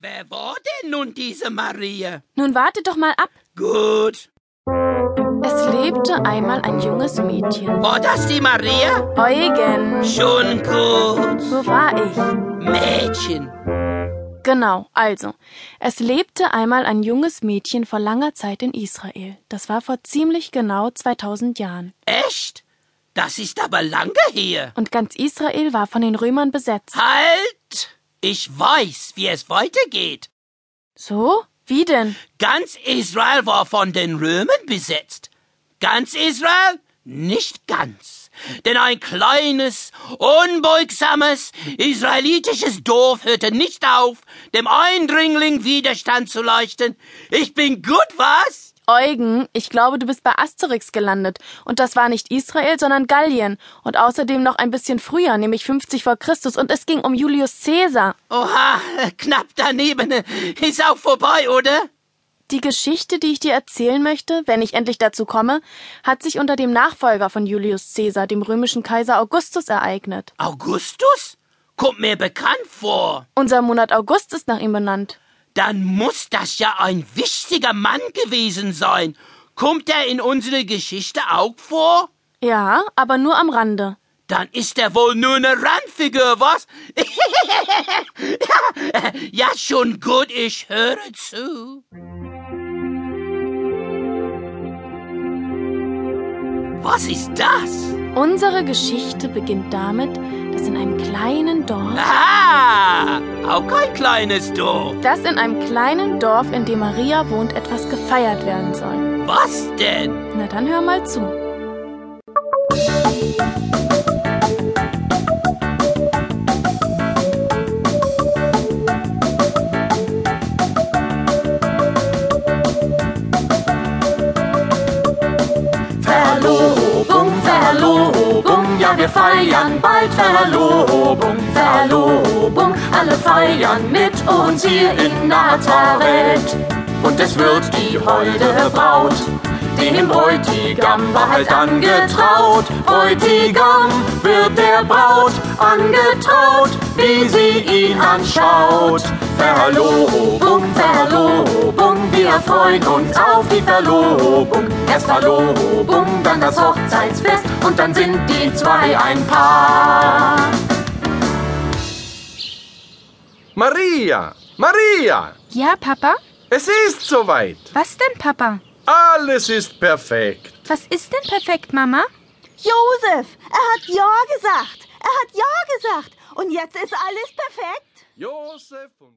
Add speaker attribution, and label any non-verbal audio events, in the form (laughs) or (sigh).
Speaker 1: Wer war denn nun diese Maria?
Speaker 2: Nun wartet doch mal ab.
Speaker 1: Gut.
Speaker 2: Es lebte einmal ein junges Mädchen.
Speaker 1: War das die Maria?
Speaker 2: Eugen,
Speaker 1: Schon gut.
Speaker 2: wo war ich?
Speaker 1: Mädchen.
Speaker 2: Genau, also. Es lebte einmal ein junges Mädchen vor langer Zeit in Israel. Das war vor ziemlich genau 2000 Jahren.
Speaker 1: Echt? Das ist aber lange her.
Speaker 2: Und ganz Israel war von den Römern besetzt.
Speaker 1: Halt! Ich weiß, wie es weitergeht.
Speaker 2: So? Wie denn?
Speaker 1: Ganz Israel war von den Römern besetzt. Ganz Israel? Nicht ganz. Denn ein kleines, unbeugsames, israelitisches Dorf hörte nicht auf, dem Eindringling Widerstand zu leisten. Ich bin gut, was?
Speaker 2: Eugen, ich glaube, du bist bei Asterix gelandet. Und das war nicht Israel, sondern Gallien. Und außerdem noch ein bisschen früher, nämlich 50 vor Christus. Und es ging um Julius Caesar.
Speaker 1: Oha, knapp daneben. Ist auch vorbei, oder?
Speaker 2: Die Geschichte, die ich dir erzählen möchte, wenn ich endlich dazu komme, hat sich unter dem Nachfolger von Julius Caesar, dem römischen Kaiser Augustus, ereignet.
Speaker 1: Augustus? Kommt mir bekannt vor.
Speaker 2: Unser Monat August ist nach ihm benannt.
Speaker 1: Dann muss das ja ein wichtiger Mann gewesen sein. Kommt er in unsere Geschichte auch vor?
Speaker 2: Ja, aber nur am Rande.
Speaker 1: Dann ist er wohl nur eine Randfigur, was? (laughs) ja, ja, schon gut, ich höre zu. Was ist das?
Speaker 2: Unsere Geschichte beginnt damit, dass in einem kleinen Dorf,
Speaker 1: Ah, auch kein kleines Dorf.
Speaker 2: dass in einem kleinen Dorf, in dem Maria wohnt, etwas gefeiert werden soll.
Speaker 1: Was denn?
Speaker 2: Na dann hör mal zu.
Speaker 3: Verlobung, Verlobung, ja wir feiern bald Verlobung, Verlobung, alle feiern mit uns hier in Nazareth. Und es wird die holde Braut, dem Bräutigam war halt angetraut. Bräutigam wird der Braut angetraut, wie sie ihn anschaut. Verlobung, Verlobung, wir freuen uns auf die Verlobung. Erst Verlobung, dann das Hochzeitsfest und dann sind die zwei ein Paar.
Speaker 4: Maria, Maria,
Speaker 5: Ja, Papa?
Speaker 4: es ist soweit.
Speaker 5: Was denn, Papa?
Speaker 4: Alles ist perfekt.
Speaker 5: Was ist denn perfekt, Mama?
Speaker 6: Josef, er hat Ja gesagt. Er hat Ja gesagt. Und jetzt ist alles perfekt.
Speaker 4: Josef und